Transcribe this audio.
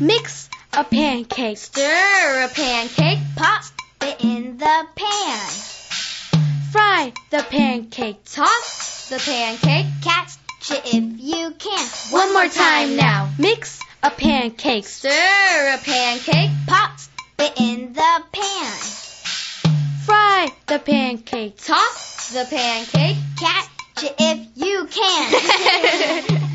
Mix a pancake. Stir a pancake, pop it in the pan. Fry the pancake. Toss the pancake, catch it if you can. One more time now. Mix a pancake. Stir a pancake, pop it in the pan. Fry the pancake. Toss the pancake, catch it if you can.